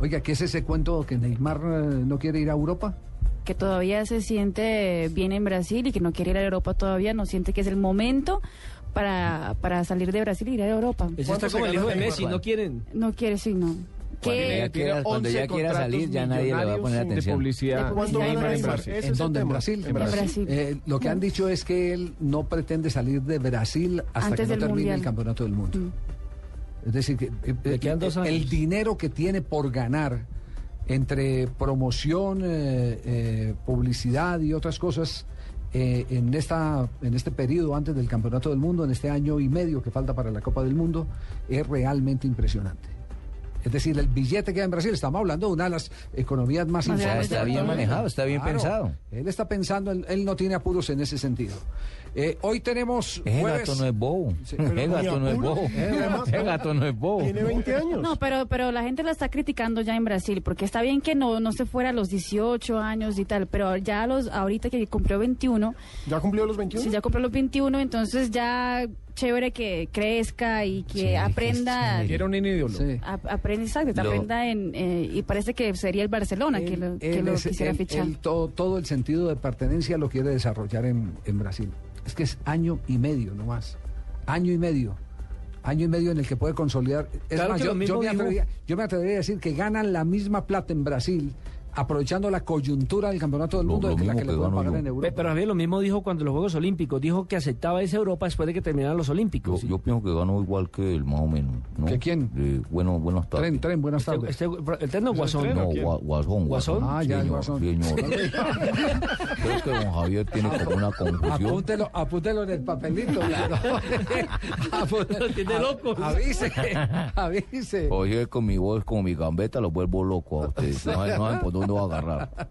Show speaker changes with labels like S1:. S1: Oiga, ¿qué es ese cuento que Neymar eh, no quiere ir a Europa?
S2: que todavía se siente bien en Brasil y que no quiere ir a Europa todavía, no siente que es el momento para, para salir de Brasil y ir a Europa.
S3: Ese está como el hijo de Messi, no quieren.
S2: No quiere, sí, no.
S4: Cuando
S2: Que
S4: ya quiera, cuando ya quiera salir, ya nadie le va a poner atención.
S2: De
S5: publicidad.
S2: ¿Cuándo van a
S5: en
S2: Neymar?
S5: Brasil? Ese
S1: ¿En
S5: es
S1: dónde?
S5: el
S1: ¿En
S5: tema.
S1: Brasil?
S5: En Brasil.
S2: Brasil.
S1: Eh, lo que han dicho es que él no pretende salir de Brasil hasta
S2: Antes
S1: que
S2: del
S1: no termine
S2: Mundial.
S1: el campeonato del mundo. Es decir, que eh, eh,
S3: quedan dos años.
S1: el dinero que tiene por ganar entre promoción, eh, eh, publicidad y otras cosas eh, en, esta, en este periodo antes del campeonato del mundo, en este año y medio que falta para la Copa del Mundo, es realmente impresionante. Es decir, el billete que hay en Brasil, estamos hablando de una de las economías más
S2: Más
S1: importantes
S2: grandes del
S1: del
S2: mundo.
S1: planeta.
S4: manejado, está bien pensado.
S1: Él está pensando, él, él no tiene apuros en ese sentido. Eh, hoy tenemos
S4: Ese
S1: jueves-
S4: gato no es bobo.
S5: pero
S4: Ese gato
S5: ni
S4: no es
S5: apuro.
S4: bobo.
S5: Eh, además,
S4: Ese gato no es bobo.
S5: Tiene 20 años.
S2: No, pero, pero la gente la está criticando ya en Brasil, porque está bien que no, no se fuera a los 18 años y tal, pero ya a los, ahorita que cumplió 21,
S5: ¿Ya cumplió los 21?
S2: si ya cumplió los 21, entonces ya chévere que crezca y que aprenda.
S4: sí.
S3: Quiere un ídolo.
S1: Sí.
S2: ap- aprende, exacto, que
S4: Lo-
S2: aprenda en, eh, y parece que sería el Barcelona que lo, que
S1: Él
S2: lo
S1: es-
S2: quisiera
S1: él-
S2: fichar.
S1: él todo, todo el sentido de pertenencia lo quiere desarrollar en, en Brasil. Es que es año y medio nomás. Año y medio. Año y medio en el que puede consolidar. Es
S3: Claro
S1: más,
S3: que
S1: yo, yo
S3: lo mismo
S1: me
S3: dijo-
S1: atrevería, yo me atrevería a decir que ganan la misma plata en Brasil, aprovechando la coyuntura del campeonato del
S4: Lo-
S1: mundo,
S4: lo
S1: de que la
S4: mismo
S1: que le
S4: que
S1: pueden
S4: gano
S1: pagar
S4: yo.
S1: en
S4: Pe-
S1: Europa.
S3: Pe- Pero Javier lo mismo dijo cuando los Juegos Olímpicos, dijo que aceptaba esa Europa después de que terminaran los
S4: Yo,
S3: Olímpicos.
S4: yo pienso que ganó igual que él, más o menos. ¿no?
S1: ¿Que quién?
S4: Eh, bueno, buenas tardes.
S1: tren, tren, buenas
S3: Este-
S1: tardes.
S3: este- el terno Guasón.
S4: No,
S3: ¿Quién?
S4: Gua- Guasón.
S3: ¿Guasón?
S1: Ah, ya,
S4: señor,
S1: Guasón.
S4: señor. Creo que don Javier tiene como una
S3: este
S4: confusión.
S1: Apúntelo, apúntelo en el papelito.
S3: Lo tiene loco.
S1: Avise, avise.
S4: Oye, con mi voz, con mi gambeta, lo vuelvo loco a ustedes. No saben no saben por dónde va a agarrar.